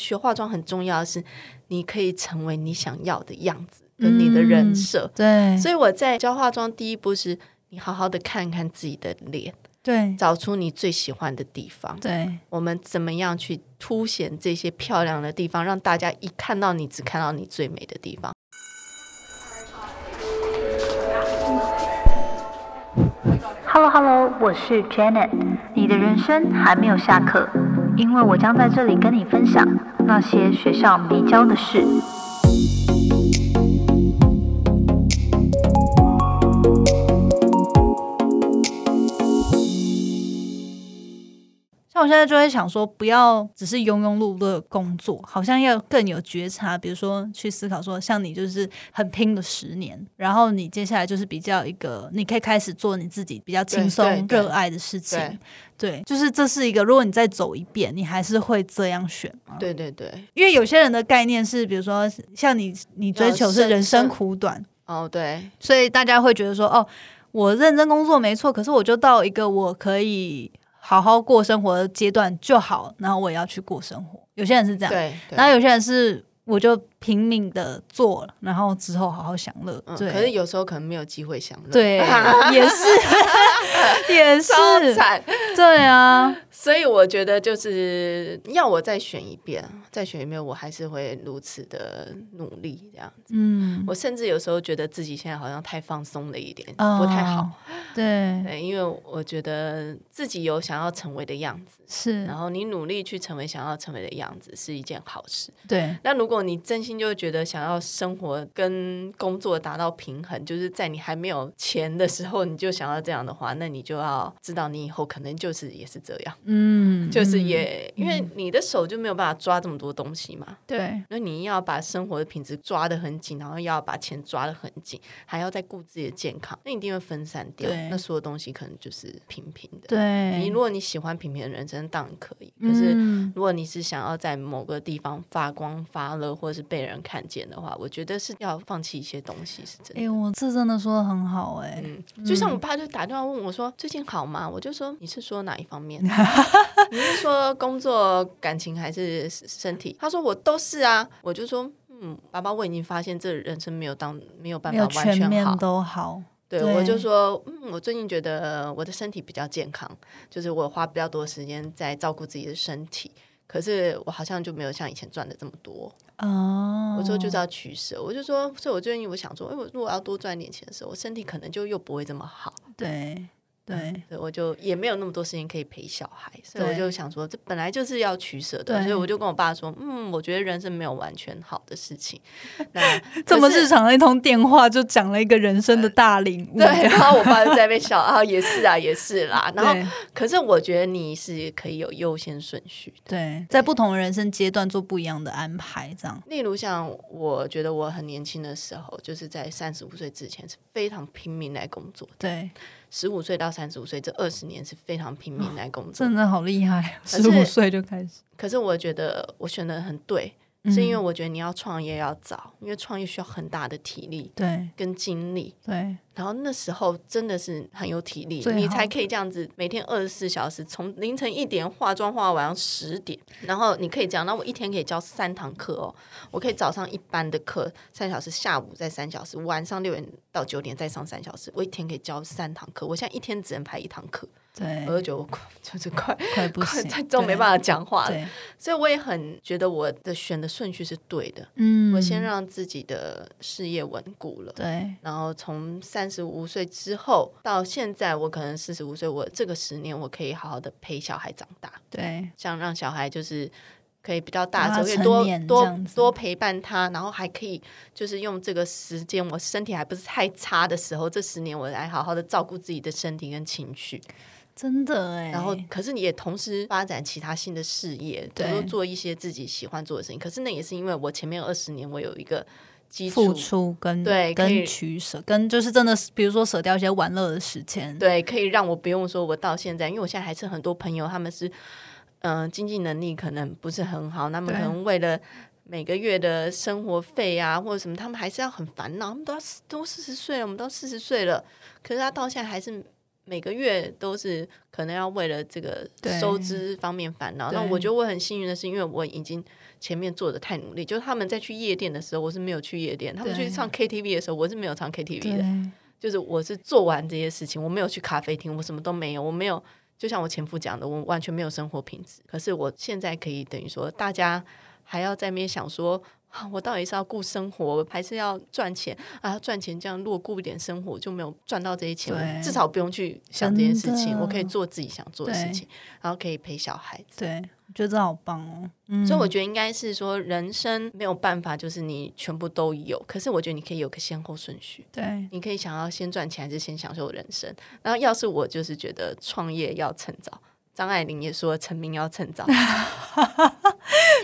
学化妆很重要的是，你可以成为你想要的样子，嗯跟你的人设。对所以我在教化妆，第一步是你好好的看看自己的脸，对找出你最喜欢的地方。对，我们怎么样去凸显这些漂亮的地方，让大家一看到你只看到你最美的地方。 Hello Hello，我是 Janet。你的人生还没有下课，因为我将在这里跟你分享那些学校没教的事。像我现在就会想说，不要只是庸庸碌碌的工作，好像要更有觉察。比如说，去思考说，像你就是很拼了十年，然后你接下来就是比较一个，你可以开始做你自己比较轻松、对对热爱的事情对。对，就是这是一个，如果你再走一遍，你还是会这样选吗？对对对，因为有些人的概念是，比如说像你，你追求是人人生生苦短，哦对，所以大家会觉得说，哦，我认真工作没错，可是我就到一个我可以好好过生活的阶段就好，然后我也要去过生活。有些人是这样，对，对然后有些人是我就拼命的做了，然后之后好好享乐。嗯，对，可是有时候可能没有机会享乐，， 对，也是也超是，惨。对啊，所以我觉得就是要我再选一遍，再选一遍，我还是会如此的努力这样子。嗯，我甚至有时候觉得自己现在好像太放松了一点，哦不太好。嗯对，对，因为我觉得自己有想要成为的样子，是然，后你努力去成为想要成为的样子是一件好事。对，那如果你真心就觉得想要生活跟工作达到平衡，就是在你还没有钱的时候你就想要这样的话，那你就要知道你以后可能就是也是这样，嗯，就是嗯也、因为你的手就没有办法抓这么多东西嘛。对，那你要把生活的品质抓得很紧，然后要把钱抓得很紧，还要再顾自己的健康，那一定会分散掉对。那所有东西可能就是平平的。你对如，果你喜欢平平的人生，当然可以。可是嗯，如果你是想要在某个地方发光发热，或者是被人看见的话，我觉得是要放弃一些东西，是真哎、的。我这真的说的很好、诶。嗯，就像我爸就打电话问我说：“最近好吗？”我就说：“你是说哪一方 面？你是说工作、感情还是身体？”他说：“我都是啊。”我就说：“嗯，爸爸，我已经发现这人生没有当没有办没法有完全面好。都好，对，对我就说，嗯，我最近觉得我的身体比较健康，就是我花比较多时间在照顾自己的身体，可是我好像就没有像以前赚的这么多。哦，我说就是要取舍，我就说，所以我最近我想说，哎，我如果要多赚点钱的时候，我身体可能就又不会这么好，对对对，我就也没有那么多时间可以陪小孩，所以我对就想说，这本来就是要取舍的，对所以我就跟我爸说，嗯，我觉得人生没有完全好的事 情，那 这么可是日常的一通电话就讲了一个人生的大领 悟，对，然后我爸就在那边笑，啊，也是啊，也是啦，然后对可是我觉得你是可以有优先顺序的。 对，在不同的人生阶段做不一样的安排，这样，例如像我觉得我很年轻的时候，就是在三十五岁之前是非常拼命来工作，对，十五岁到三十五岁这二十年是非常拼命来工作。真的好厉害，可是十五岁就开始，可是我觉得我选的很对，嗯是因为我觉得你要创业要早，因为创业需要很大的体力对跟精力。对然后那时候真的是很有体力最，好你才可以这样子每天二十四小时，从凌晨一点化妆化到晚上十点，然后你可以这样。那我一天可以教三堂课哦，我可以早上一班的课三小时，下午再三小时，晚上六点到九点再上三小时，我一天可以教三堂课。我现在一天只能排一堂课，对我，就觉得我快 就是快快不呃快行，太都没办法，法讲话了，对，所以我也很觉得我的选的顺序是对的。嗯，我先让自己的事业稳固了，对然后从三十五岁之后到现在，我可能四十五岁，我这个十年我可以好好的陪小孩长大，对像让小孩就是可以比较大的让时他候，可成以年多这样多子多陪伴他，然后还可以就是用这个时间，我身体还不是太差的时候，这十年我来好好的照顾自己的身体跟情绪，真的哎，然后可是你也同时发展其他新的事业，比如说对做一些自己喜欢做的事情。可是那也是因为我前面二十年我有一个基付础。出跟对可跟以取舍，跟就是真的是，比如说舍掉一些玩乐的时间，对，可以让我不用说，我到现在，因为我现在还是很多朋友，他们是，嗯、经济能力可能不是很好，他们对可能为了每个月的生活费啊或者什么，他们还是要很烦恼。他们都要都四十岁了，我们都四十岁了，可是他到现在还是每个月都是可能要为了这个对收支方面烦恼。那对我觉得我很幸运的是，因为我已经前面做的太努力，就是他们在去夜店的时候，我是没有去夜店；他们去对唱 KTV 的时候，我是没有唱 KTV 的。对就是我是做完这些事情，我没有去咖啡厅，我什么都没有，我没有。就像我前夫讲的，我完全没有生活品质。可是我现在可以等于说，大家还要在那边想说，啊，我到底是要顾生活，还是要赚钱啊？赚钱这样，如果顾一点生活，就没有赚到这些钱，对我至少不用去想这件事真情，的我可以做自己想做的事对情，然后可以陪小孩子。对，我觉得这好棒哦。嗯，所以我觉得应该是说，人生没有办法就是你全部都有，可是我觉得你可以有个先后顺序。对你可以想要先赚钱还是先享受人生？然后要是我就是觉得创业要趁早，张爱玲也说成名要趁 早，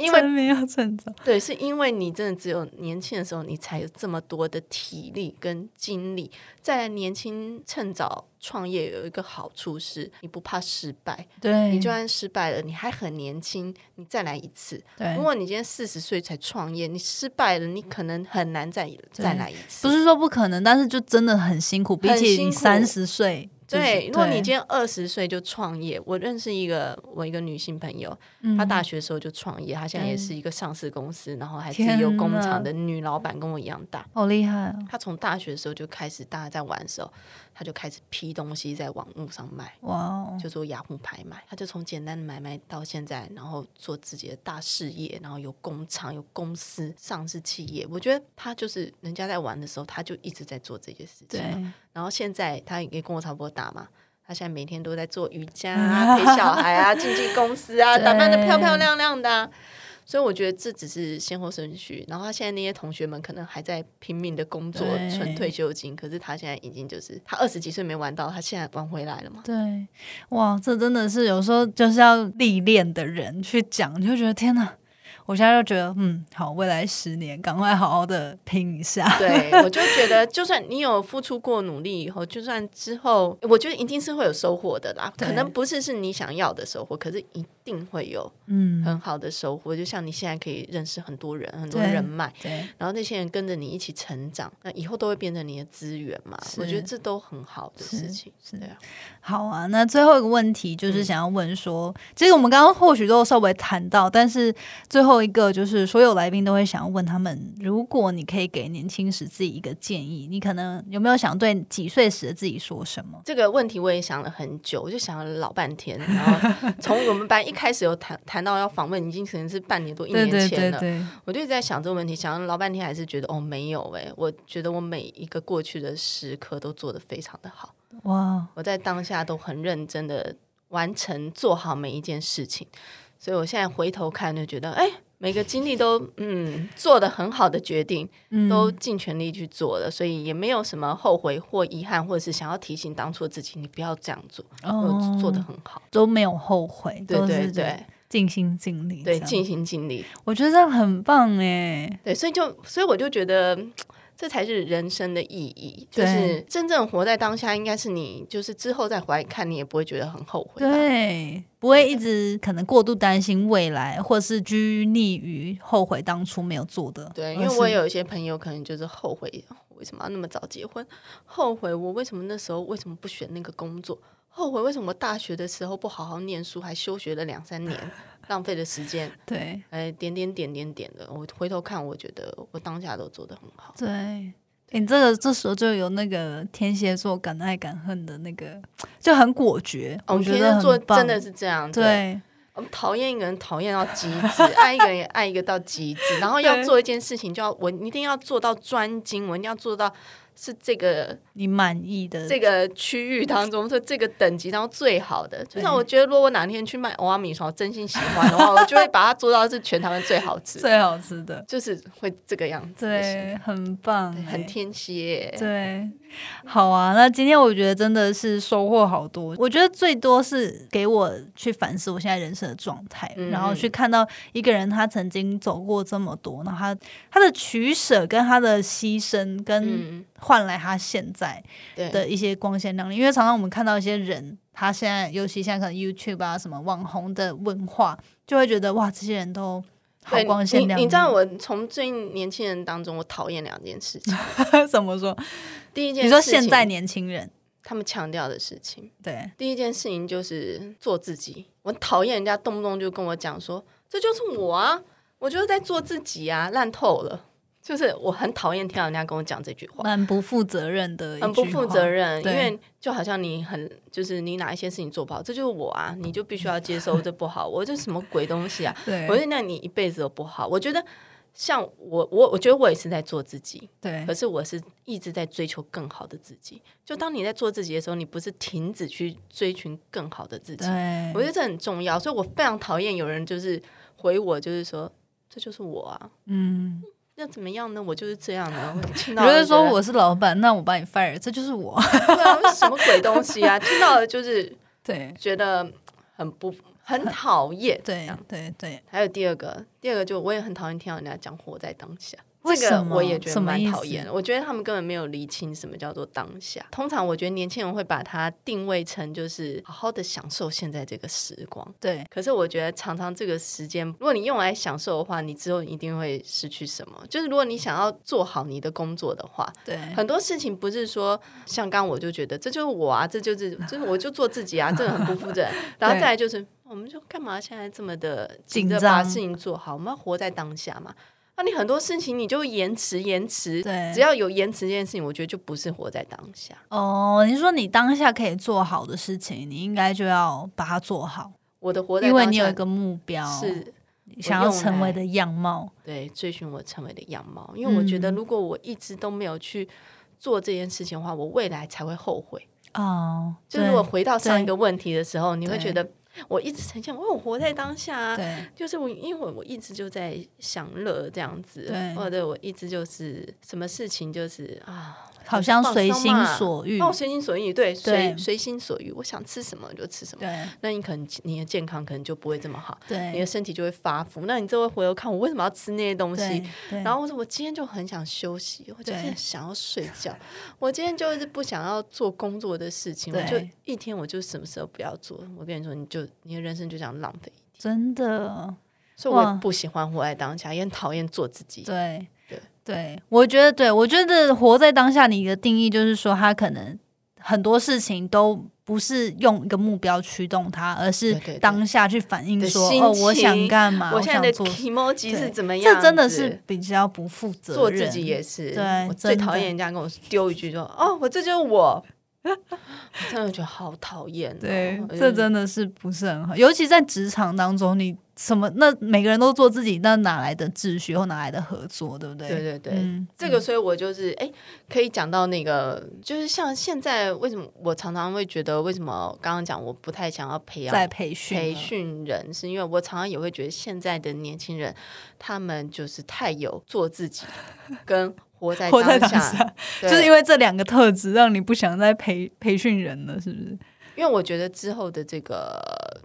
因为真没有趁早，对，是因为你真的只有年轻的时候，你才有这么多的体力跟精力。再来，年轻趁早创业有一个好处是，你不怕失败， 对，你就算失败了，你还很年轻，你再来一次。对如。果你今天四十岁才创业，你失败了，你可能很难再再来一次。不是说不可能，但是就真的很辛苦，比很起辛你苦三十岁，就是对，如果你今天二十岁就创业，我认识一个我一个女性朋友，嗯她大学的时候就创业，她现在也是一个上市公司，然后还自己有工厂的女老板，跟我一样大。好厉害哦，她从大学的时候就开始，大家在玩的时候，她就开始批东西在网络上卖，哇哦，就做雅虎拍卖，她就从简单的买卖到现在，然后做自己的大事业，然后有工厂、有公司、上市企业。我觉得她就是人家在玩的时候，她就一直在做这些事情对啊。，然后现在他也跟我差不多大嘛，他现在每天都在做瑜伽 啊、陪小孩啊、经纪公司啊，对打扮的漂漂亮亮的啊、所以我觉得这只是先后顺序。然后他现在那些同学们可能还在拼命的工作对存退休金，可是他现在已经就是他二十几岁没玩到，他现在玩回来了嘛。对，哇，这真的是有时候就是要历练的人去讲，你就觉得天哪！我现在就觉得，嗯，好，未来十年赶快好好的拼一下。对，我就觉得，就算你有付出过努力以后，就算之后，我觉得一定是会有收获的啦。对可能不是是你想要的收获，可是一定会有嗯，很好的收获。就像你现在可以认识很多人，很多对人脉，对，然后那些人跟着你一起成长，那以后都会变成你的资源嘛。是我觉得这都很好的是事情，是对啊，好啊。那最后一个问题就是嗯想要问说，其实我们刚刚或许都有稍微谈到，但是最后一个就是所有来宾都会想要问他们，如果你可以给年轻时自己一个建议，你可能有没有想对几岁时的自己说什么？这个问题我也想了很久，我就想了老半天。然后 从我们班一开始有谈谈到要访问，已经可能是半年多、一年前了。对，我就一直在想这个问题，想了老半天，还是觉得哦没有哎、我觉得我每一个过去的时刻都做得非常的好。哇，我在当下都很认真的完成做好每一件事情，所以我现在回头看就觉得，哎，每个经历都嗯做的很好的决定，嗯都尽全力去做了，所以也没有什么后悔或遗憾，或者是想要提醒当初自己你不要这样做，哦我哦做的很好，都没有后悔，对都对是对尽心尽力这对，样，尽心尽力，我觉得这样很棒哎，对，所以就所以我就觉得。嗯这才是人生的意义，就对是真正活在当下，应该是你，就是之后再回来看，你也不会觉得很后悔吧。对，不会一直可能过度担心未来，或是拘泥于后悔当初没有做的。呃对，而因为我啊是有一些朋友可能就是后悔，为什么要那么早结婚？后悔我为什么那时候为什么不选那个工作？后悔为什么大学的时候不好好念书，还休学了两三年，浪费了时间。对哎，点点点点点的，我回头看，我觉得我当下都做得很好。对。你、这个这时候就有那个天蝎座敢爱敢恨的那个，就很果决。哦我觉天得蝎座很棒真的是这样，对我们讨厌一个人讨厌到极致，爱一个人也爱一个到极致，然后要对做一件事情就要我一定要做到专精，我一定要做到是这个你满意的这个区域当中，就这个等级当中最好的。就像我觉得，如果我哪天去卖欧阿米床，我真心喜欢的话，我就会把它做到是全台湾最好吃，最好吃的，就是会这个样子的心，对，很棒欸，很天蝎。嗯对， 好啊，那今天我觉得真的是收获好多。我觉得最多是给我去反思我现在人生的状态，嗯然后去看到一个人他曾经走过这么多，然后他他的取舍跟他的牺牲，跟嗯，换来他现在对的一些光鲜亮丽。因为常常我们看到一些人，他现在尤其像可能 YouTube 啊什么网红的文化，就会觉得哇，这些人都好对光鲜亮丽。你你知道我从最年轻人当中，我讨厌两件事情。 怎么说？第一件你事情，说现在年轻人他们强调的事情，对。第一件事情就是做自己。我讨厌人家动不动就跟我讲说，这就是我啊。我就是在做自己啊，烂透了。就是我很讨厌听到人家跟我讲这句话，蛮不负责任的，很不负责。任，因对为就好像你很就是你哪一些事情做不好，这就是我啊，你就必须要接受这不好，我这什么鬼东西啊？对，我觉得那你一辈子都不好。我觉得像我，我我觉得我也是在做自己，对可，是我是一直在追求更好的自己。就当你在做自己的时候，你不是停止去追寻更好的自己，对，我觉得这很重要。所以我非常讨厌有人就是回我，就是说这就是我啊，嗯，那怎么样呢？我就是这样啊的。我听你到了就是说觉得我是老板，那我把你 fire，这就是我。 对啊，这是什么鬼东西啊？听到了就是对，觉得很不很讨厌。这对样，对，对。还有第二个，第二个就我也很讨厌听到人家讲活在当下。为这什个么我也觉得什么蛮意讨思厌的。我觉得他们根本没有厘清什么叫做当下。通常我觉得年轻人会把它定位成就是好好的享受现在这个时光。对，可是我觉得常常这个时间，如果你用来享受的话，你之后一定会失去什么。就是如果你想要做好你的工作的话，对，很多事情不是说像刚我就觉得这就是我啊，这就是就是我就做自己啊，这个很不 负责任。然后再来就是，我们就干嘛现在这么的急着紧张把事情做好？我们要活在当下嘛。那、你很多事情你就延迟延迟，对只要有延迟这件事情，我觉得就不是活在当下。哦，你说你当下可以做好的事情，你应该就要把它做好，我的活在因当下为你有一个目标，是你想要用成为来的样貌。对追寻我成为的样貌，因为我觉得嗯如果我一直都没有去做这件事情的话，我未来才会后悔。哦，就对如果回到上一对个问题的时候，你会对觉得我一直呈现，我我活在当下啊，对就是我，因为我我一直就在享乐这样子对，或者我一直就是什么事情就是啊，好像放松随心嘛所欲哦，随心所欲，对，随对随心所欲，我想吃什么就吃什么。对那你可能你的健康可能就不会这么好，你的对身体就会发福。那你就会回头看我为什么要吃那些东西对，，对然后我说我今天就很想休息，我今对天想要睡觉，我今天就是不想要做工作的事情，我就对一天我就什么事都不要做。我跟你说，你就你的人生就这样浪费。真的所以我哇也不喜欢活在当下，也很讨厌做自己。对对对，我觉得对我觉得活在当下，你的定义就是说，他可能很多事情都。不是用一个目标驱动他，而是对对对当下去反映的说，心哦，我想情干嘛，我我现在的想做 emoji 是对怎么样这子？真的是比较不负责任。做自己也是。对我最真的讨厌人家跟我丢一句说：“哦，我这就是我。” 我真的觉得好讨厌、哦。对我，就这真的是不是很好，尤其在职场当中，你什么那每个人都做自己，那哪来的秩序或哪来的合作，对不对？对对对。嗯，这个，所以我就是哎、诶可以讲到那个，就是像现在为什么我常常会觉得，为什么刚刚讲我不太想要培养在培训啊培了，训人，是因为我常常也会觉得现在的年轻人，他们就是太有做自己跟活在活在当当下，下，对就是因为这两个特质让你不想再培培训人了，是不是？因为我觉得之后的这个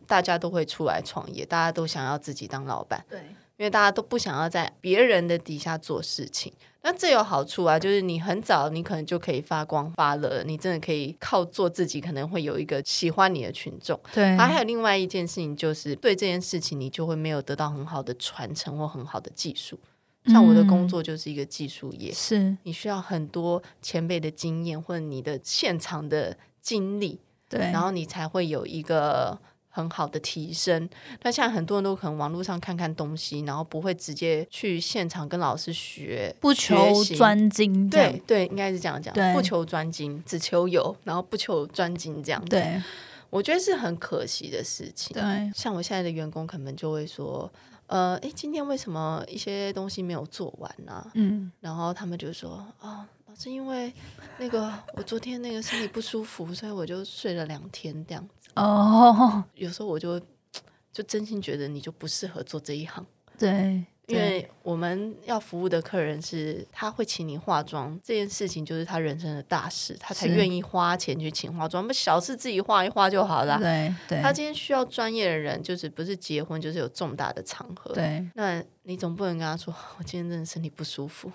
大家都会出来创业，大家都想要自己当老板。对因为大家都不想要在别人的底下做事情。那这有好处啊，就是你很早，你可能就可以发光发热，你真的可以靠做自己，可能会有一个喜欢你的群众。对，还还有另外一件事情，就是对这件事情，你就会没有得到很好的传承或很好的技术。像我的工作就是一个技术业，是你需要很多前辈的经验或者你的现场的经历，对，然后你才会有一个很好的提升。那现在很多人都可能网络上看看东西，然后不会直接去现场跟老师学，不学求习。专精这样，对对，应该是这样讲对，不求专精，只求有，然后不求专精这样子。对我觉得是很可惜的事情。啊对像我现在的员工可能就会说，呃，诶，今天为什么一些东西没有做完呢、嗯，然后他们就说：“哦，老师，因为那个我昨天那个身体不舒服，所以我就睡了两天这样。”哦， 有时候我就就真心觉得你就不适合做这一行，对，因对为我们要服务的客人是他会请你化妆这件事情，就是他人生的大事，他才是愿意花钱去请化妆，不小事自己化一化就好啦。对对，他今天需要专业的人，就是不是结婚，就是有重大的场合。对那你总不能跟他说， 我今天真的身体不舒服，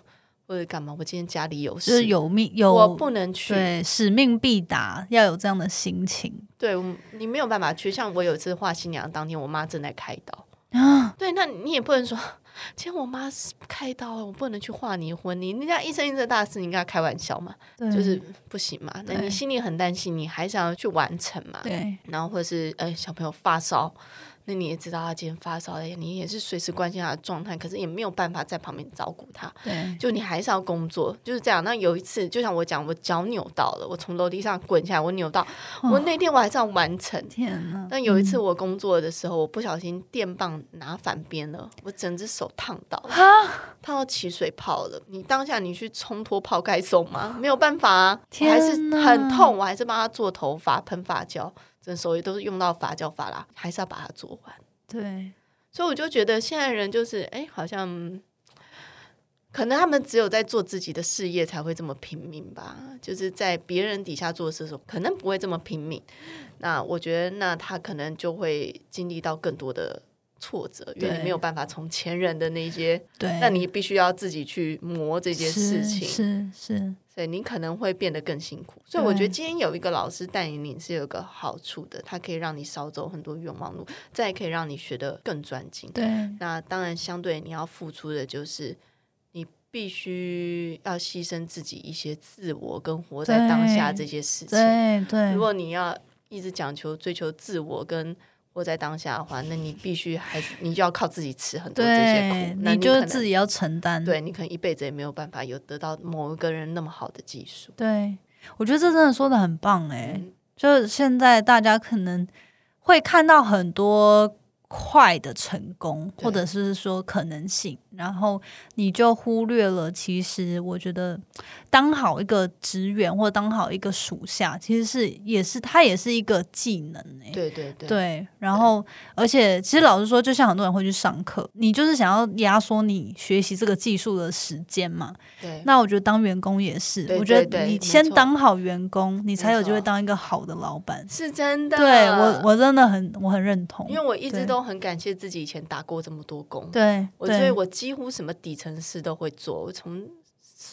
或者干嘛，我今天家里有事，就是有命有我不能去。对，使命必达，要有这样的心情对，我们你没有办法去。像我有一次画新娘当天，我妈正在开刀，啊！对，那你也不能说，今天我妈是开刀了，我不能去化你婚礼。人家医生一直大事，你跟他开玩笑嘛，对就是不行嘛。那你对心里很担心，你还想要去完成嘛？对哎然后或者是呃小朋友发烧，那你也知道他今天发烧了，你也是随时关心他的状态，可是也没有办法在旁边照顾他，对，就你还是要工作，就是这样。那有一次，就像我讲，我脚扭到了，我从楼梯上滚下来，我扭到，哦我那天我还是要完成。天哪！但有一次我工作的时候，我不小心电棒拿反边了，我整只手烫到了，烫到起水泡了。你当下你去冲脱泡盖送吗？没有办法啊，我天还是哪很痛，我还是帮他做头发、喷发胶，整手也都是用到发胶、发蜡，还是要把它做完。对，所以我就觉得现在人就是，哎、好像嗯可能他们只有在做自己的事业才会这么拼命吧，就是在别人底下做事的时候，可能不会这么拼命。那我觉得，那他可能就会经历到更多的挫折，因为对你没有办法从前人的那些，对，那你必须要自己去磨这件事情。是是是，所以你可能会变得更辛苦。所以我对觉得今天有一个老师带领你是有一个好处的，它可以让你少走很多冤枉路，再可以让你学得更专精。对那当然，相对你要付出的就是你必须要牺牲自己一些自我跟活在当下这些事情。对对，如果你要一直讲求追求自我跟活在当下的话，那你必须还是你就要靠自己吃很多这些对，苦，那你就可能自己要承担，对你可能一辈子也没有办法有得到某一个人那么好的技术。对，我觉得这真的说的很棒哎、嗯就是现在大家可能会看到很多快的成功，对或者是说可能性，然后你就忽略了。其实我觉得当好一个职员或当好一个属下，其实是也是它也是一个技能哎、对对对，对，然后而且其实老实说，就像很多人会去上课，你就是想要压缩你学习这个技术的时间嘛。对那我觉得当员工也是，对我觉对得对你没先错当好员工，你才有机没会错当一个好的老板。是真的。对我，我真的很我很认同，因为我一直对都很感谢自己以前打过这么多工。对，我对所以，我几乎什么底层事都会做。我从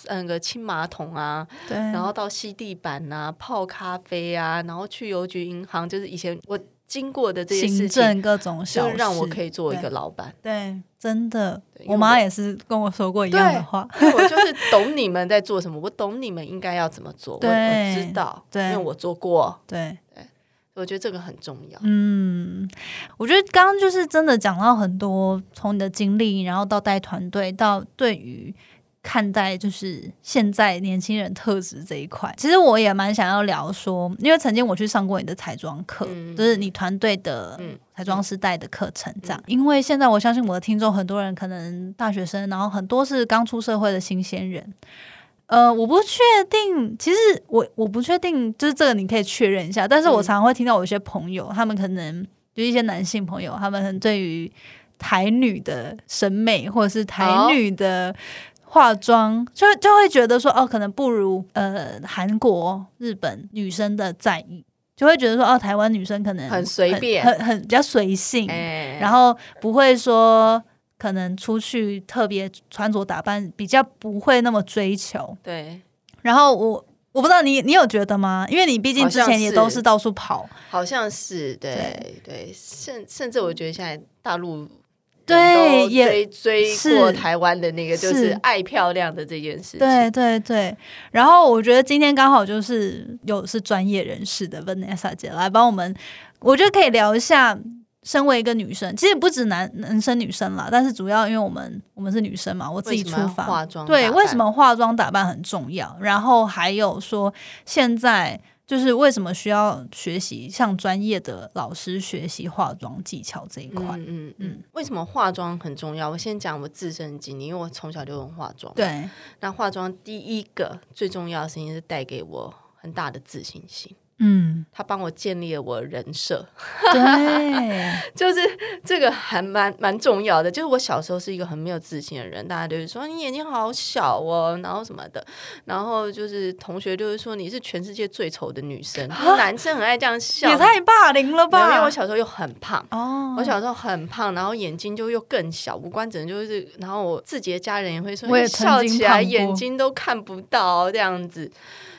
呃那个清马桶啊，对，然后到吸地板啊，泡咖啡啊，然后去邮局、银行，就是以前我经过的这些行事情，政各种小就事，让我可以做一个对老板。 对，真的对，因为我妈也是跟我说过一样的对话，因为我就是懂你们在做什么，我懂你们应该要怎么做，我我对知道，因对为我做过。对，我觉得这个很重要。嗯，我觉得刚刚就是真的讲到很多，从你的经历，然后到带团队，到对于看待就是现在年轻人特质这一块，其实我也蛮想要聊说，因为曾经我去上过你的彩妆课，嗯就是你团队的嗯彩妆师带的课程这样。因为现在我相信我的听众很多人可能大学生，然后很多是刚出社会的新鲜人。呃，我不确定，其实我我不确定，就是这个你可以确认一下。但是我嗯常常会听到我一些朋友，他们可能就是一些男性朋友，他们可能对于台女的审美或者是台哦女的化妆，就就会觉得说哦，可能不如呃韩国、日本女生的在意，就会觉得说哦，台湾女生可能很随便很很很比较随性，哎，然后不会说可能出去特别穿着打扮比较不会那么追求。对，然后我我不知道你你有觉得吗？因为你毕竟好之像前也都是是到处跑，好像是对对，甚甚至我觉得现在大陆人对，都也追追是过台湾的那个，就是是爱漂亮的这件事情。对对对，然后我觉得今天刚好就是有是专业人士的 Vanessa 姐来帮我们，我觉得可以聊一下。身为一个女生，其实不止男男生女生啦，但是主要因为我们我们是女生嘛，我自为己什出么要发，化妆对打扮为什么化妆打扮很重要，然后还有说现在就是为什么需要学习向专业的老师学习化妆技巧这一块，嗯嗯嗯嗯，为什么化妆很重要？我先讲我自身的经历，因为我从小就很化妆。，对那化妆第一个最重要的事情是带给我很大的自信心，嗯它帮我建立了我的人设，对就是这个还蛮蛮重要的。就是我小时候是一个很没有自信的人，大家就是说你眼睛好小哦，然后什么的，然后就是同学就是说你是全世界最丑的女生，就是男生很爱这样 笑。啊也太霸凌了没有因为吧我！小时候又很胖，哦我小时候很胖，然后眼睛就又更小，五官整个就是，然后我自己的家人也会说，我也你曾笑经起胖来过眼睛都看不到这样子。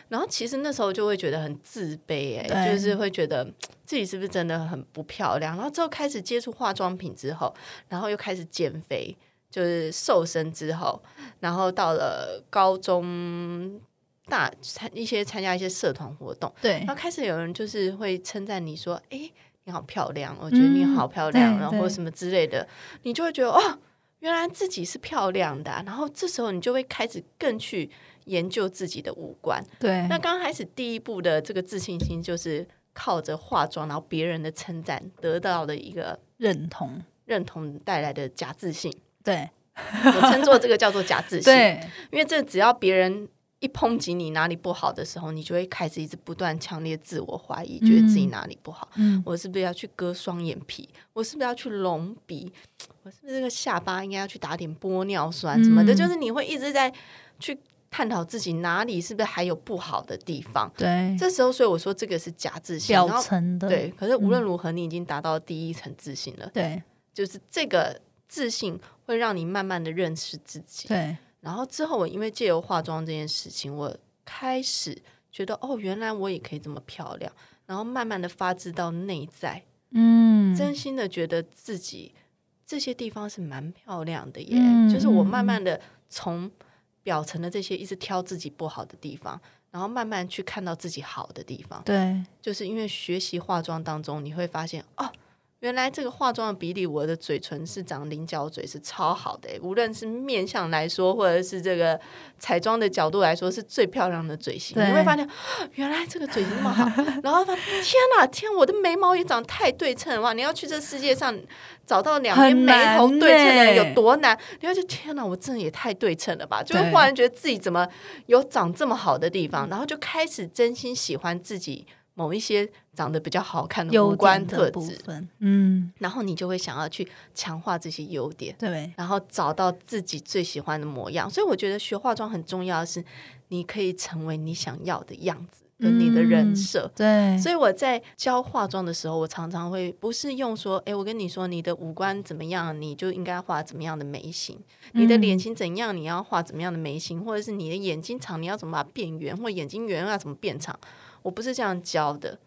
然后其实那时候就会觉得很自卑、哎，对就是会觉得嘖自己是不是真的很不漂亮。然后之后开始接触化妆品之后，然后又开始减肥，就是瘦身之后，然后到了高中。大参一些参加一些社团活动，对然后开始有人就是会称赞你说：“哎，你好漂亮，我觉得你好漂亮，嗯对然后或对什么之类的，你就会觉得哦，原来自己是漂亮的啊、然后这时候你就会开始更去研究自己的五官。对那刚开始第一步的这个自信心，就是靠着化妆，然后别人的称赞得到的一个认同，认同带来的假自信。对我称作这个叫做假自信， 对因为这只要别人一抨击你哪里不好的时候，你就会开始一直不断强烈自我怀疑，觉得自己哪里不好。嗯我是不是要去割双眼皮？我是不是要去隆鼻？我是不是这个下巴应该要去打点玻尿酸什么的？嗯就是你会一直在去探讨自己哪里是不是还有不好的地方。对，这时候，所以我说这个是假自信，然嗯表后层嗯的对。可是无论如何，你已经达到第一层自信了，对就是这个自信会让你慢慢的认识自己。对然后之后，我因为借由化妆这件事情，我开始觉得哦，原来我也可以这么漂亮。然后慢慢的发自到内在，嗯，真心的觉得自己这些地方是蛮漂亮的耶。嗯就是我慢慢的从表层的这些一直挑自己不好的地方，然后慢慢去看到自己好的地方。对就是因为学习化妆当中，你会发现哦，原来这个化妆的比例，我的嘴唇是长菱角嘴是超好的耶，欸无论是面相来说，或者是这个彩妆的角度来说，是最漂亮的嘴型。对你会发现，哦原来这个嘴型那么 好，然后发现天哪，天，我的眉毛也长太对称哇！你要去这世界上找到两边很眉难欸头对称的人呢有多难？你会觉得天哪，我真的也太对称了吧？就会对忽然觉得自己怎么有长这么好的地嗯方，然后就开始真心喜欢自己某一些长得比较好看的五优官点特的部质，分，嗯，然后你就会想要去强化这些优点，对然后找到自己最喜欢的模样。所以我觉得学化妆很重要的是，你可以成为你想要的样子跟你的人嗯设。对，所以我在教化妆的时候，我常常会不是用说，诶，我跟你说你的五官怎么样，你就应该画怎么样的眉形；你的脸型怎样，你要画怎么样的眉形，或者是你的眼睛长，你要怎么把它变圆，或眼睛圆要怎么变长。我不是这样教的。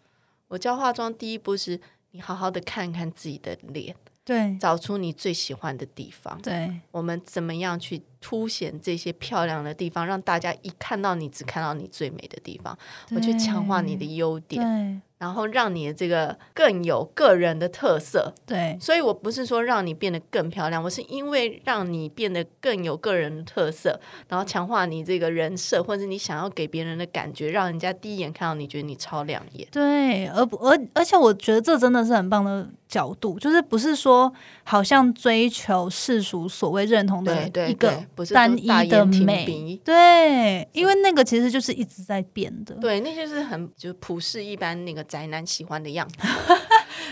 我教化妆第一步是你好好的看看自己的脸，对找出你最喜欢的地方。对我们怎么样去凸显这些漂亮的地方，让大家一看到你只看到你最美的地方？我去强化你的优点。对然后让你的这个更有个人的特色。对所以我不是说让你变得更漂亮，我是因为让你变得更有个人的特色，然后强化你这个人设，或者你想要给别人的感觉，让人家第一眼看到你觉得你超亮眼。对，而不而而且我觉得这真的是很棒的角度，就是不是说好像追求世俗所谓认同的对对一个对不是单都一大的眼挺美鼻，对，因为那个其实就是一直在变的。对，那就是很就是普世一般那个宅男喜欢的样子。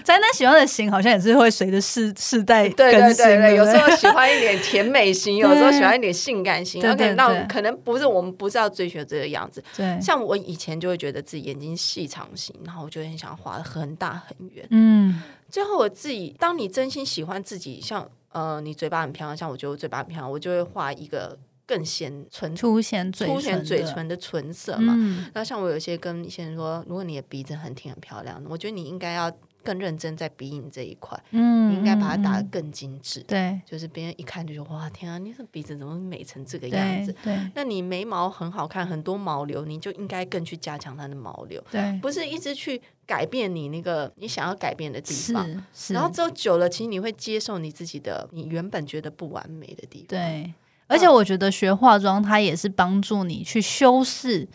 宅男喜欢的型好像也是会随着世世代对对更新对的，有时候喜欢一点甜美 型，有时候喜欢一点性感型。对 OK，对那对可能不是我们不是要追求这个样子，对，像我以前就会觉得自己眼睛细长型，然后我就很想画的很大很圆。嗯，最后我自己，当你真心喜欢自己，像呃，你嘴巴很漂亮，像我觉得我嘴巴很漂亮，我就会画一个更显唇凸显嘴凸显的嘴，唇的唇色嘛。嗯，那、像我有些跟一些人说，如果你的鼻子很挺很漂亮，我觉得你应该要更认真在鼻影这一块，嗯你应该把它打嗯得嗯更精致。对就是别人一看就觉得哇天啊，你这鼻子怎么美成这个样对子？对那你眉毛很好看，很多毛流，你就应该更去加强它的毛流，对，不是一直去改变你那个你想要改变的地是方。是，然后之后久了，其实你会接受你自己的，你原本觉得不完美的地方。，对，而且我觉得学化妆，它也是帮助你去修饰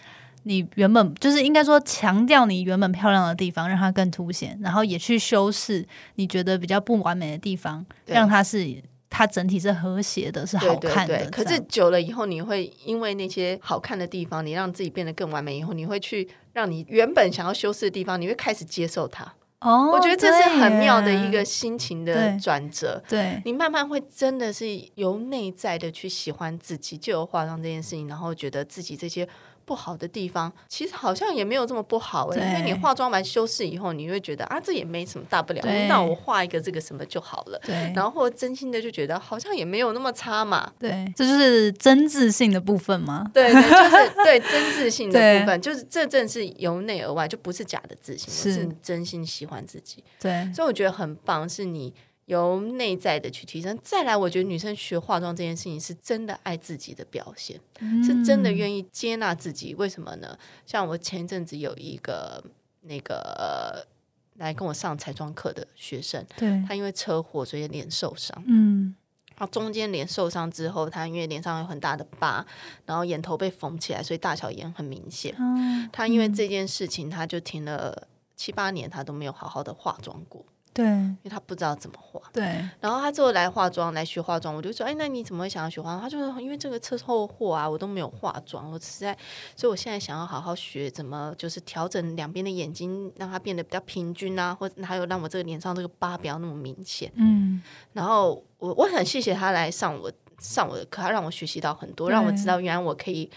你原本就是应该说强调你原本漂亮的地方，让它更凸显，然后也去修饰你觉得比较不完美的地方，对让它是它整体是和谐的，是好对对看的。对。可这是样久了以后，你会因为那些好看的地方，你让自己变得更完美以后，你会去让你原本想要修饰的地方，你会开始接受它。哦，我觉得这是很对妙的耶一个心情的对转折。 对你慢慢会真的是由内在的去喜欢自己，就有化妆这件事情，然后觉得自己这些不好的地方，其实好像也没有这么不好、欸、对因为你化妆完修饰以后，你会觉得啊，这也没什么大不了，对那我画一个这个什么就好了。对。然后或真心的就觉得好像也没有那么差嘛。对，这就是真挚性的部分吗？对对， 就是对真自信的对部分，就是这正是由内而外，就不是假的自信，是是你真心喜欢自己。对，所以我觉得很棒，是你由内在的去提升。再来，我觉得女生学化妆这件事情是真的爱自己的表现，是真嗯的愿意接纳自己。为什么呢？像我前一阵子有一个那个。呃来跟我上彩妆课的学生，对，他因为车祸所以脸受伤，嗯，他中间脸受伤之后，他因为脸上有很大的疤，然后眼头被缝起来，所以大小眼很明显。啊他因为这件事情，他就停了七八年，他都没有好好的化妆过，对因为他不知道怎么化。对，然后他之后来化妆，来学化妆，我就说，哎，那你怎么会想要学化妆？他就说，因为这个车祸啊，我都没有化妆，我实在，所以我现在想要好好学怎么，就是调整两边的眼睛，让它变得比较平均啊，或者还有让我这个脸上这个疤不要那么明显。嗯，然后我我很谢谢他来上我上我的课，他让我学习到很多，对让我知道原来我可以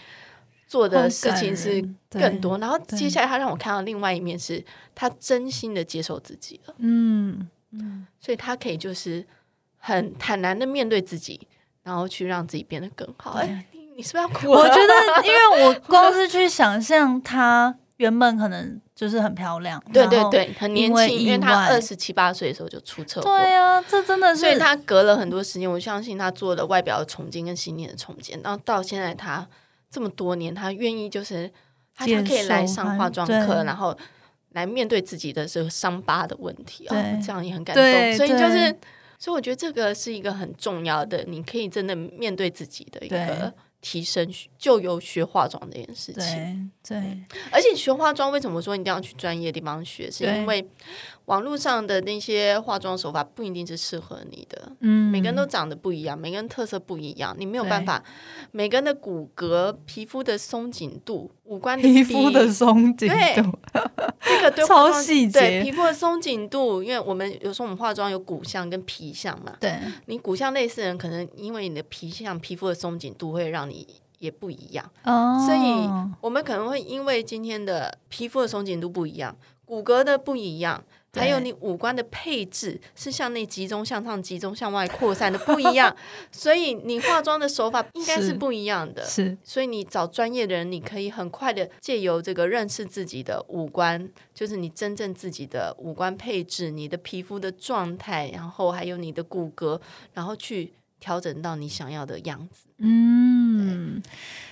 做的事情是更多。然后对接下来他让我看到另外一面是，他真心的接受自己了，嗯，所以他可以就是很坦然的面对自己，然后去让自己变得更好。哎，你你是不是要哭了？啊我觉 得，因为我光是去想象她原本可能就是很漂亮，对然对后，对，很年因为轻，意因为他外二十七八岁的时候就出车祸。对啊，这真的所以是他隔了很多时间，我相信他做了外表的重建跟心理的重建，然后到现在他这么多年，他愿意就是他接他受可以来上化妆对课，然后来面对自己的这个伤疤的问题啊、对这样也很感对动。所以就是对，所以我觉得这个是一个很重要的，你可以真的面对自己的一对个提升，就由学化妆这件事情。对对而且学化妆，为什么说你一定要去专业地方学？是对因为网络上的那些化妆手法不一定是适合你的。嗯，每个人都长得不一样，每个人特色不一样，你没有对办法，每个人的骨骼、皮肤的松紧度、五官 皮肤的比松紧对度，这个对超化妆细节对皮肤的松紧度，因为我们有时候我们化妆有骨相跟皮相嘛，对你骨相类似的人，可能因为你的皮相、皮肤的松紧度会让你也不一样，哦，所以我们可能会因为今天的皮肤的松紧度不一样，骨骼的不一样。对还有你五官的配置是向内集中、向上集中、向外扩散的不一样， 所以你化妆的手法应该是是不一样的。是所以你找专业的人，你可以很快的借由这个认识自己的五官，就是你真正自己的五官配置、你的皮肤的状态，然后还有你的骨骼，然后去调整到你想要的样子。嗯，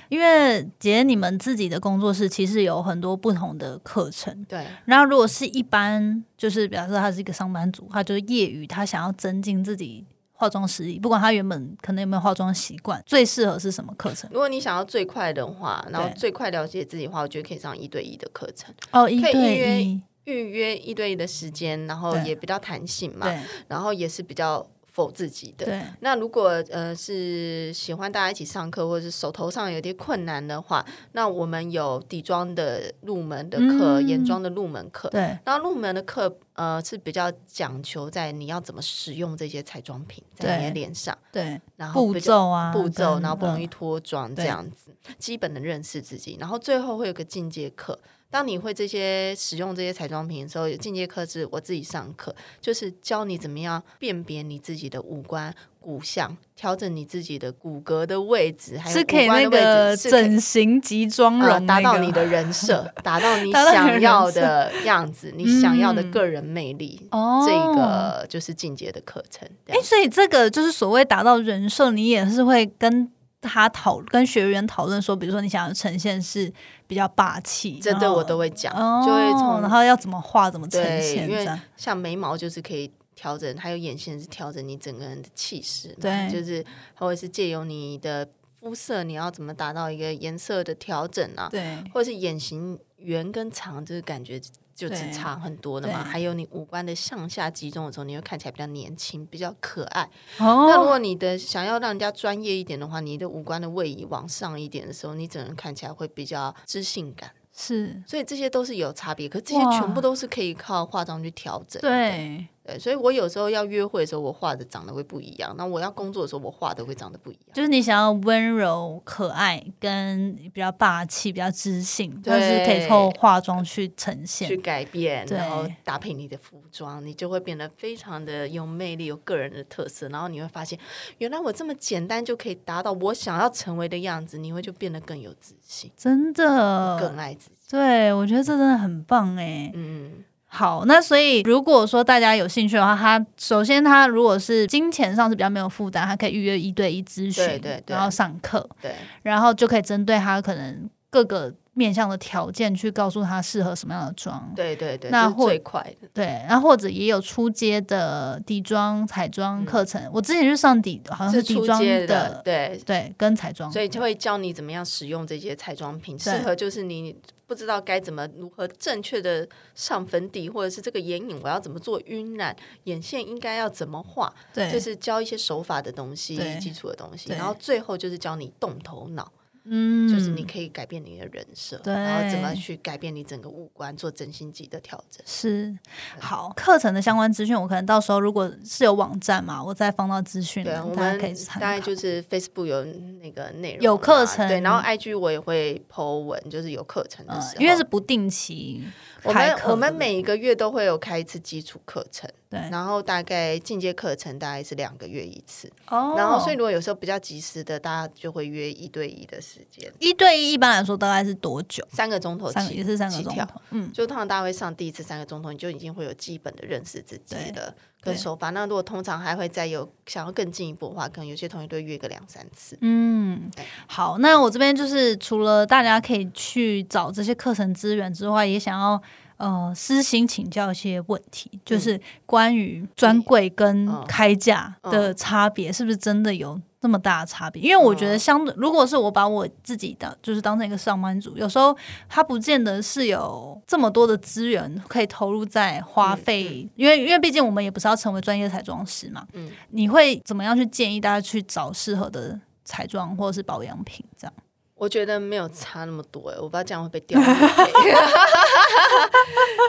因为姐你们自己的工作室其实有很多不同的课程。对，然后，如果是一般，就是比方说他是一个上班族，他就是业余，他想要增进自己化妆实力，不管他原本可能有没有化妆习惯，最适合是什么课程？如果你想要最快的话，然后对最快了解自己的话，我觉得可以上一对一的课程，哦，一可以预对约一，预约一对一的时间，然后对也比较弹性嘛，对然后也是比较否自己的。啊对那如果呃是喜欢大家一起上课，或者是手头上有点困难的话，那我们有底妆的入门的课、嗯眼妆的入门课。对，然后入门的课，呃，是比较讲求在你要怎么使用这些彩妆品在你的对脸上，对然后步比较骤啊，步骤，跟然后不容易嗯脱妆这对样子，基本的认识自己，然后最后会有个进阶课。当你会这些使用这些彩妆品的时候，有进阶课是我自己上课，就是教你怎么样辨别你自己的五官骨相，调整你自己的骨骼的位置，还有是可五以官那的位置是个可以整形及妆呃容达那到个你的人设， 达到你达到你的想人要设的样子，你想要的嗯个人魅力。哦这个就是进阶的课程。这哎、样所以这个就是所谓达到人设，你也是会跟他讨跟学员讨论说，比如说你想要呈现是比较霸气，这然对后我都会讲，哦，就会从然后要怎么画怎么呈对现因这为样，像眉毛就是可以调整，还有眼线是调整你整个人的气势嘛，对就是或者是借由你的肤色，你要怎么达到一个颜色的调整啊，对或者是眼型圆跟长，就是感觉就对是差很多的嘛。对还有你五官的向下集中的时候，你会看起来比较年轻，比较可爱。 那如哦，果你的想要让人家专业一点的话，你的五官的位移往上一点的时候，你整个人看起来会比较知性感。是，所以这些都是有差别，可这些哇全部都是可以靠化妆去调整。对，对，所以我有时候要约会的时候，我画的长得会不一样；那我要工作的时候，我画的会长得不一样。就是你想要温柔可爱跟比较霸气、比较知性，但是可以对透过化妆去呈去现，改变，对然后搭配你的服装，你就会变得非常的有魅力、有个人的特色。然后你会发现，原来我这么简单就可以达到我想要成为的样子，你会就变得更有自信，真更的。爱自己。对，我觉得这真的很棒哎。嗯，好，那所以如果说大家有兴趣的话，他首先他如果是金钱上是比较没有负担，他可以预约一对一咨询，对对对然后上课，对然后就可以针对他可能各个面向的条件去告诉他适合什么样的妆。对对对，那这是或最快的，对，然后或者也有出街的底妆、彩嗯妆课程。我之前去上底，好像呃是底出妆街的，对。对，跟彩妆。所以就会教你怎么样使用这些彩妆品，适哦对合就是你不知道该怎么如何正确的上粉底，或者是这个眼影我要怎么做晕染，眼线应该要怎么画，对，就是教一些手法的东西对、基础的东西，对然后最后就是教你动头脑，嗯，就是你可以改变你的人设，对然后怎么去改变你整个五官，做真心级的调整。是好课程的相关资讯，我可能到时候如果是有网站嘛，我再放到资讯对，栏，我嗯大家可以们去参大概考。就是 Facebook 有那个内容啊，有课程对，然后 IG 我也会 po 文，就是有课程的呃时候，因为是不定期我开们课的，嗯我们每一个月都会有开一次基础课程，对，然后大概进阶课程大概是两个月一次，哦然后所以如果有时候比较及时的，大家就会约一对一的时间，一对一一般来说大概是多久？三个钟头三个起也是三个起钟跳头，嗯，就通常大家会上第一次三个钟头，你就已经会有基本的认识自己的对跟手法。那如果通常还会再有想要更进一步的话，可能有些同学都会约个两三次。嗯对，好，那我这边就是除了大家可以去找这些课程资源之外，也想要呃私心请教一些问题，就是关于专柜跟嗯开价的差别，是不是真的有这么大的差别？因为我觉嗯得相对，如果是我把我自己当就是当成一个上班族，有时候他不见得是有这么多的资源可以投入在嗯花费，因为因为毕竟我们也不是要成为专业彩妆师嘛，嗯你会怎么样去建议大家去找适合的彩妆或者是保养品？这样我觉得没有差那么多、欸，我不知道这样会被掉业配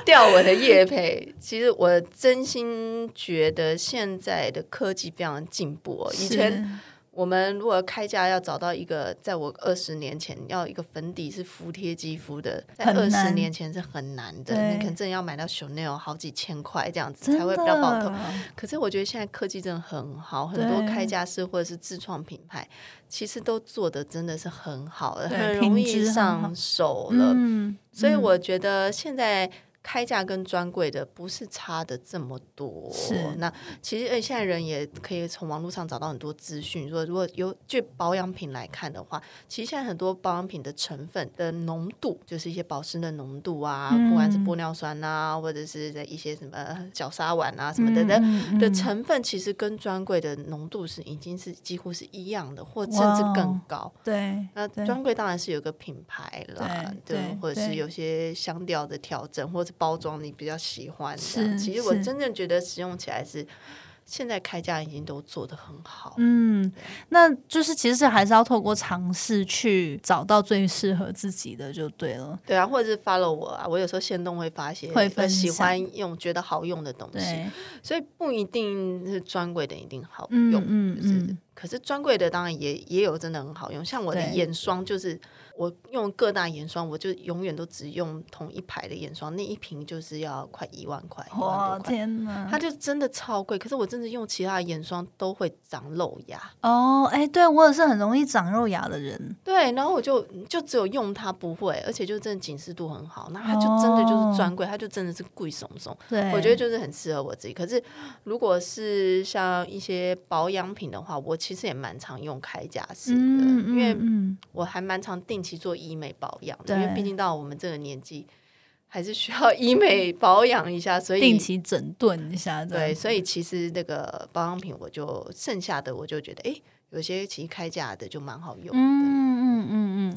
掉 我的业配。其实我真心觉得现在的科技非常进步、哦，以前我们如果开价要找到一个，在我二十年前要一个粉底是服贴肌肤的，在很二难十年前是很难的，对你可能真的要买到 Chanel 好几千块这样是子真才会比较爆头。的可是我觉得现在科技真的很好，很对多开价师或者是自创品牌，其实都做的真的是很好了，对很容品质易很好上手了。嗯，所以我觉得现在开价跟专柜的不是差的这么多。是那其实呃现在人也可以从网络上找到很多资讯。说如果有就保养品来看的话，其实现在很多保养品的成分的浓度，就是一些保湿的浓度啊，嗯不管是玻尿酸啊，或者是一些什么角鲨烷啊什么的的。嗯的嗯成分其实跟专柜的浓度是已经是几乎是一样的，或甚至哇更高。对那对专柜当然是有个品牌啦，对对，对或者是有些香调的调整，或者是包装你比较喜欢这样。是其实我是真正觉得使用起来是，现在开价已经都做得很好。嗯，那就是其实还是要透过尝试去找到最适合自己的就对了。对啊，或者是 follow 我啊，我有时候限动会发一些会我分喜享欢用、觉得好用的东西，对，所以不一定是专柜的一定好嗯用。嗯就是嗯，可是专柜的当然也也有真的很好用，像我的对眼霜就是我用各大眼霜，我就永远都只用同一排的眼霜，那一瓶就是要快一万块，一万哇多块，天哪它！就真的超贵。可是我真的用其他的眼霜都会长肉芽，哦，哎，对我也是很容易长肉芽的人，对，然后我就就只有用它不会，而且就真的紧实度很好，那它就真的就是专柜，它就真的是贵松松。哦对，我觉得就是很适合我自己。可是如果是像一些保养品的话，我其实也蛮常用开架式的，嗯因为嗯嗯我还蛮常定期做医美保养的，对因为毕竟到我们这个年纪，还是需要 医美保养一下，所以定期整顿一下，这样对，所以其实那个保养品，我就剩下的我就觉得，诶，有些其实开价的就蛮好用的。嗯嗯嗯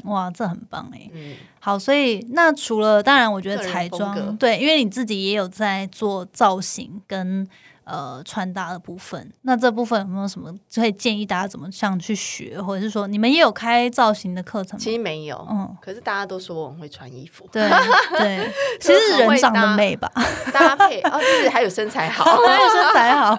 嗯，哇，这很棒哎。嗯好，所以那除了当然，我觉得个人彩风妆格对，因为你自己也有在做造型跟呃穿搭的部分，那这部分有没有什么可以建议大家怎么样去学，或者是说你们也有开造型的课程其吗？实没有，嗯，可是大家都说我很会穿衣服， 对对，其就实很人会长得搭美吧，搭配 哦，就是还有身材好，还有 身材好，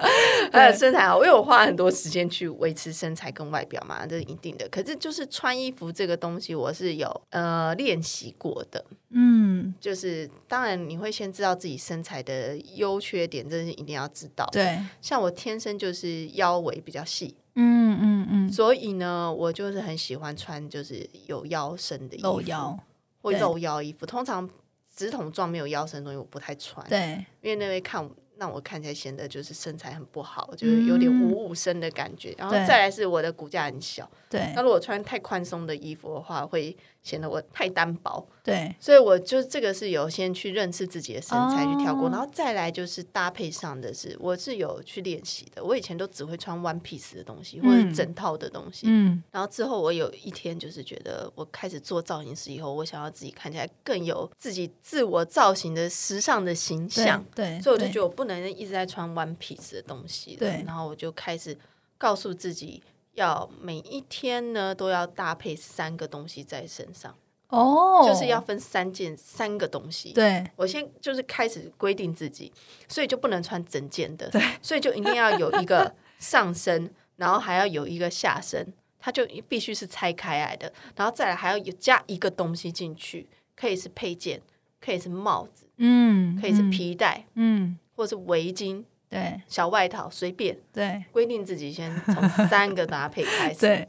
还有对身材好，因为我花很多时间去维持身材跟外表嘛，这是一定的。可是就是穿衣服这个东西，我是有呃练习过的。嗯，就是当然你会先知道自己身材的优缺点，这是一定要知道。，对，像我天生就是腰围比较细，嗯嗯嗯，所以呢，我就是很喜欢穿就是有腰身的衣服，露腰，或对露腰衣服。通常直筒状没有腰身的东西我不太穿，对因为那会看让我看起来显得就是身材很不好，就是有点嗯五五身的感觉。然后对再来是我的骨架很小，对那如果穿太宽松的衣服的话，会显得我太单薄。对所以我就这个是有先去认识自己的身材哦去跳过，然后再来就是搭配上的是，我是有去练习的。我以前都只会穿 one piece 的东西或者嗯整套的东西，嗯然后之后我有一天就是觉得我开始做造型师以后，我想要自己看起来更有自己自我造型的时尚的形对象，对，所以我就对觉得我不能一直在穿 one piece 的东西了对然后我就开始告诉自己。要每一天呢都要搭配三个东西在身上，哦，就是要分三件三个东西。对我先就是开始规定自己，所以就不能穿整件的，所以就一定要有一个 上身，然后还要有一个下身，它就必须是拆开来的，然后再来还要有加一个东西进去，可以是配件，可以是帽子，嗯，可以是嗯，皮带、嗯，或是围巾、对小外套，随便对规定自己先从三个搭配开始， 对，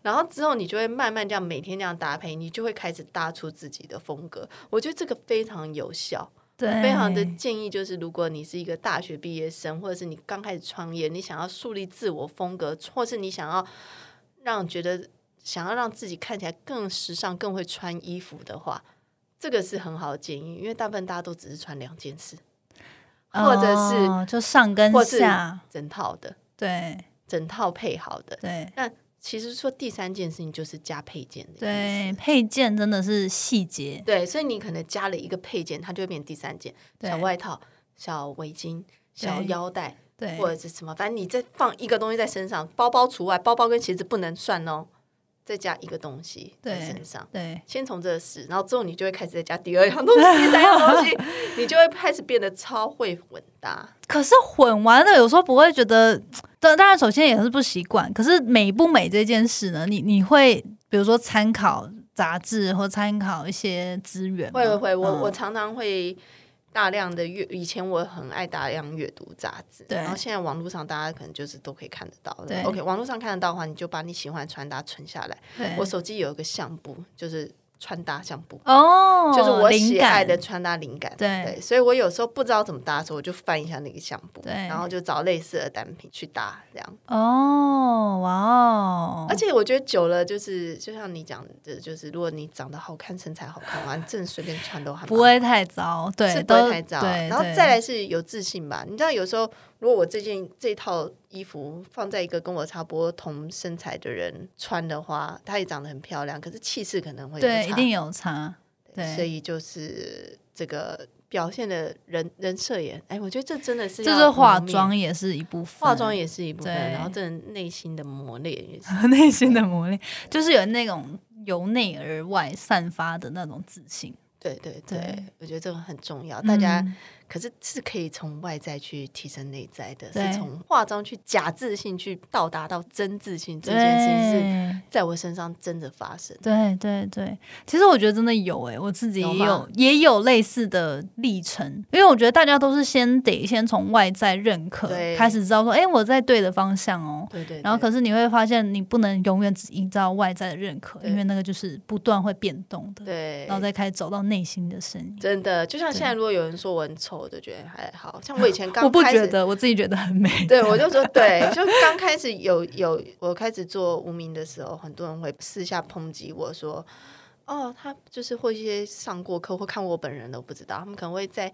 然后之后你就会慢慢这样每天这样搭配，你就会开始搭出自己的风格。我觉得这个非常有效。对，非常的建议就是，如果你是一个大学毕业生，或者是你刚开始创业，你想要树立自我风格，或是你想要让觉得想要让自己看起来更时尚、更会穿衣服的话，这个是很好的建议，因为大部分大家都只是穿两件事，或者是哦就上跟或是下，整套的、对整套配好的。对那其实说第三件事情就是加配件的意思对，配件真的是细节，对，所以你可能加了一个配件，它就会变第三件：对小外套、小围巾、小对腰带。对或者是什么，反正你再放一个东西在身上，包包除外，包包跟鞋子不能算哦，再加一个东西在对身上。对先从这个试，然后之后你就会开始再加第二样东西、 第三样东西，你就会开始变得超会混搭。可是混完了，有时候不会觉得，当当然首先也是不习惯。可是美不美这件事呢，你你会比如说参考杂志或参考一些资源吗，会会会，我、嗯我常常会大量的阅，以前我很爱大量阅读杂志，对然后现在网络上大家可能就是都可以看得到对。 OK，网络上看得到的话，你就把你喜欢的穿搭存下来。对我手机有一个相簿，就是穿搭相簿。哦，就是我灵喜爱感的穿搭灵感。对所以我有时候不知道怎么搭的时候，我就翻一下那个相簿，对然后就找类似的单品去搭，这样。哦，哇哦，而且我觉得久了，就是就像你讲的，就是如果你长得好看、身材好看，完正随便穿都还蛮不会太糟，对，是不会都太糟。对，然后对再来是有自信吧。你知道有时候，如果我这件这套衣服放在一个跟我差不多同身材的人穿的话，她也长得很漂亮，可是气势可能会有对，一差定有差，对所以就是这个表现的人人设也，哎，我觉得这真的是这要是化磨练，妆也是一部分，化妆也是一部分，对然后这种内心的磨练也是。 内心的磨练，就是有那种由内而外散发的那种自信。对对对，对我觉得这个很重要。大家、嗯可是是可以从外在去提升内在的，对是从化妆去假自信去到达到真自信这件事情是在我身上真的发生。对对对，其实我觉得真的有诶、我自己也有有吗也有类似的历程，因为我觉得大家都是先得先从外在认可对开始，知道说，诶，我在对的方向哦、对对对然后可是你会发现，你不能永远只依照外在的认可，对因为那个就是不断会变动的，对然，后再开始走到内心的声音。真的就像现在，如果有人说我很丑，我就觉得还好像我以前刚 我不开始觉得，我自己觉得很美。 对，我就说 对，就刚开始有有我开始做无名的时候，很多人会私下抨击我说，哦，他就是或一些上过课或看过我本人的，我不知道，他们可能会在。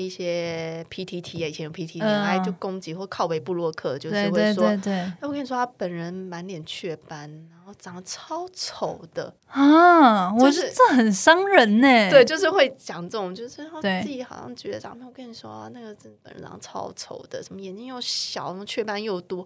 一些 PTT 啊，以前有 PTT，嗯哎、就攻击或靠北部落客，就是对会对说，对对哎我跟你说，他本人满脸雀斑，然后长得超丑的，啊！我就是是这很伤人欸呢、对，就是会讲这种，就是他对自己好像觉得长辈，我跟你说、啊，那个真本人长得超丑的，什么眼睛又小，什么雀斑又多，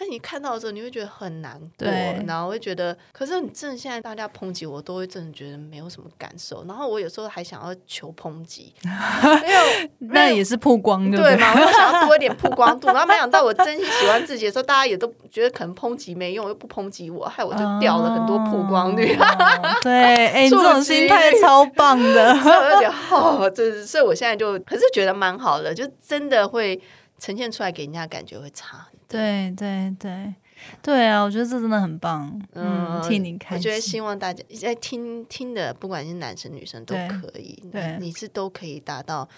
那你看到的时候，你会觉得很难过，对然后会觉得，可是你真的现在大家抨击我，都会真的觉得没有什么感受，然后我有时候还想要求抨 击，因为那也是曝光，对不对嘛，我又想要多一点曝光度，然后没想到我真心喜欢自己的时候，大家也都觉得可能抨击没用，又不抨击我，害我就掉了很多曝光 率。哦对， 哎、你这种触及心态超棒的。 所以我就觉得，哦，这所以我现在就可是觉得蛮好的，就真的会呈现出来给人家感觉会差。对对对对啊，我觉得这真的很棒。嗯，替你开我觉得心。希望大家在听听的，不管是男生女生都对可以，对你你是都可以达到。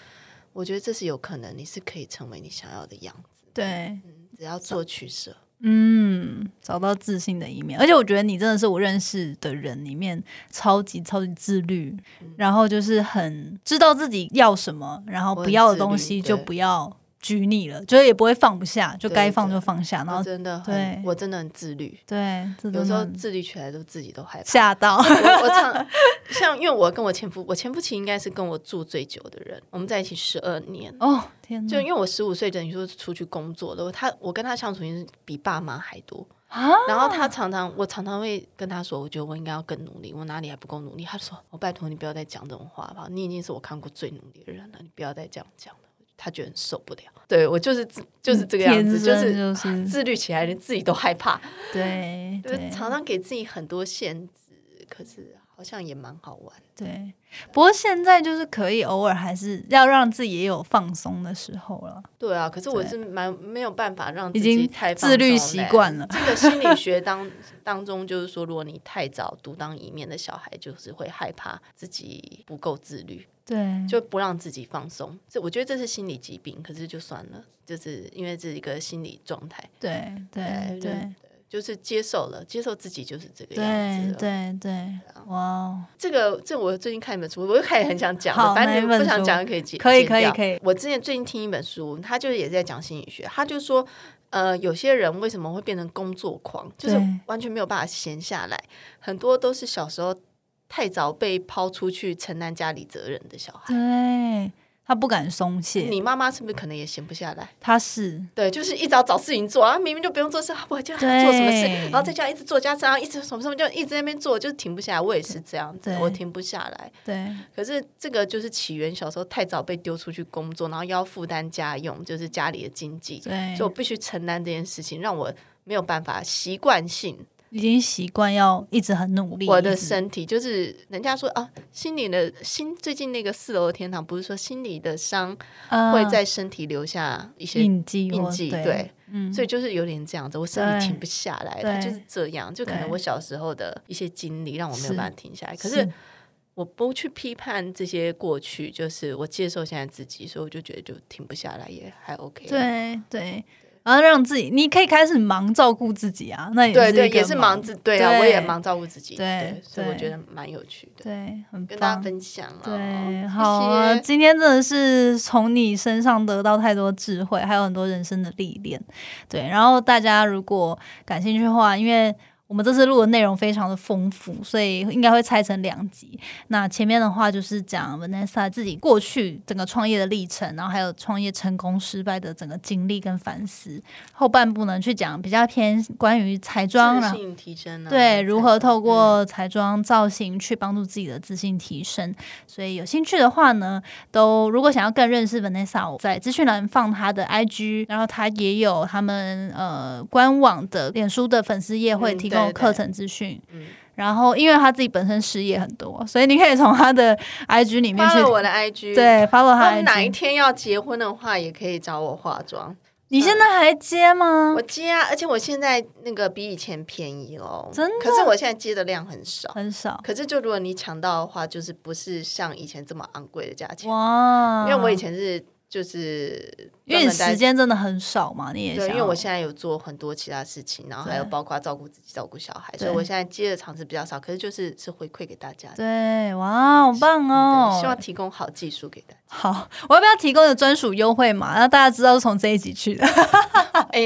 我觉得这是有可能，你是可以成为你想要的样子，对，只要做取舍。嗯，找到自信的一面，而且我觉得你真的是我认识的人里面超级超级自律，嗯然后就是很知道自己要什么，然后我不很要的自东律西就对不要拘泥了，就是也不会放不下，就对该放对就放下，然我后真的对很，我真的很自律，对，这有真时候的自律起来都自己都 害怕。吓到，我我常像，因为我跟我前夫，我前夫其实应该是跟我住最久的人，我们在一起十二年。哦天就哪，因为我十五岁等于说出去工作的，他我跟他相处已经比爸妈还多。啊然后他常常，我常常会跟他说，我觉得我应该要更努力，我哪里还不够努力？他说：“哦我拜托你不要再讲这种话吧，你已经是我看过最努力的人了，你不要再这样讲了。”他觉得很受不了。对我就是自就是这个样子，嗯天就生是就是自律起来连自己都害怕，对 就是对常常给自己很多限制，可是好像也蛮好玩。对，不过现在就是可以偶尔还是要让自己也有放松的时候了，对啊，可是我对是蛮没有办法让已自经己太放自律松习嘞惯了这个心 理学当当中就是说，如果你太早独当一面的小孩，就是会害怕自己不够自律，对，就不让自己放松。这我觉得这是心理疾病，可是就算了，就是因为这是一个心理状态。对对对对。就是接受了，接受自己就是这个样子对了。啊对对，哇哦，这个，这我最近看一本书，我又开始很想讲好了，反那正一你本不想书讲也可以解，可以剪可以掉可以我之前最近听一本书，他就是也在讲心理学，他就说，呃，有些人为什么会变成工作狂，就是对完全没有办法闲下来，很多都是小时候太早被抛出去承担家里责任的小孩。对他不敢松懈，你妈妈是不是可能也闲不下来？他是对，就是一早找事情做，然后明明就不用做事，啊我叫他做什么事对，然后在家一直做家事，然后一直什么什么就一直在那边做，就是停不下来。我也是这样子对，我停不下来。对可是这个就是起源，小时候太早被丢出去工作，然后要负担家用， 就是家里的经济，所对以，我必须承担这件事情，让我没有办法习惯性已经习惯要一直很努力，我的一直身体，就是人家说啊，心理的心，最近那个四楼的天堂不是说心理的伤啊会在身体留下一些。印记印或记对对，嗯，所以就是有点这样子，我身对体停不下来，它对就是这样。就可能对我小时候的一些经历让我没有是办法停下来，可是我不去批判这些过去，就是我接受现在自己，所以我就觉得就停不下来，也还 OK。对对，然后让自己，你可以开始忙照顾自己啊，那也对对，一个也是忙自对啊，对我也忙照顾自己，对对，所以我对觉得蛮有趣的，对，很跟大家棒。分享啊。对，谢好啊！谢今天真的是从你身上得到太多智慧，还有很多人生的历练。对，然后大家如果感兴趣的话，因为我们这次录的内容非常的丰富，所以应该会拆成两集。那前面的话就是讲 Vanessa 自己过去整个创业的历程，然后还有创业成功失败的整个经历跟反思。后半部呢，去讲比较偏关于彩妆，然自后信提升啊，对，如何透嗯过彩妆造型去帮助自己的自信提升。所以有兴趣的话呢，都如果想要更认识 Vanessa，我在资讯栏放她的 IG，然后她也有他们呃官网的脸书的粉丝页会嗯提对供对课程资讯。嗯然后，因为她自己本身事业很多，所以你可以从她的 IG 里面发去嗯了我的 IG，，对 follow 她那的哪一 IG。天要结婚的话，也可以找我化妆，你现在还接吗我？接啊，而且我现在那个比以前便宜喽，真的可是我现在接的量很少。很少可是，就如果你抢到的话，就是不是像以前这么昂贵的价钱，哇！因为我以前是就是因为专你门在时间真的很少嘛，你也对，因想为要我现在有做很多其他事情，然后还有对包括照顾自己、照顾小孩，所以对我现在接的场次比较少，可是就是是回馈给大家的，对，哇，好棒哦！对希望提供好技术给大家。好，我要不要提供的专属优惠码，让大家知道是从这一集去的？ 啊哎，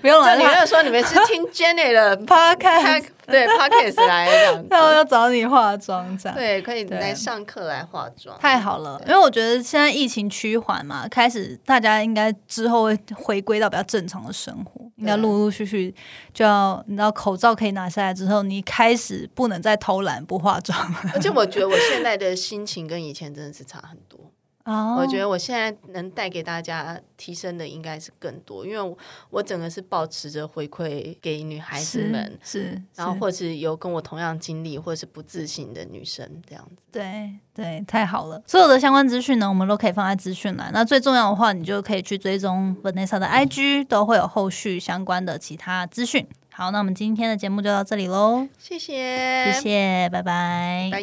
不用了，这你没他有说你们是听 Jenny 的 Podcast， Pack 对 Podcast 来这样那我子，要找你化妆这样。对，可以对来上课来化妆，太好了，因对为我觉得现在疫情趋缓嘛，开始大家应该之后会回归到比较正常的生活，应该陆陆续续就要，你知道口罩可以拿下来之后，你开始不能再偷懒不化妆了。而且我觉得我现在的心情跟以前真的是差很多。哦我觉得我现在能带给大家提升的应该是更多，因为我我整个是保持着回馈给女孩子 们，是，是然后是或是有跟我同样经历或是不自信的女生这样子。对对，太好了！所有的相关资讯呢，我们都可以放在资讯栏。那最重要的话，你就可以去追踪 Vanessa 的 IG，都会有后续相关的其他资讯。好，那我们今哎天的节目就到这里喽，谢谢，谢，谢，拜拜拜。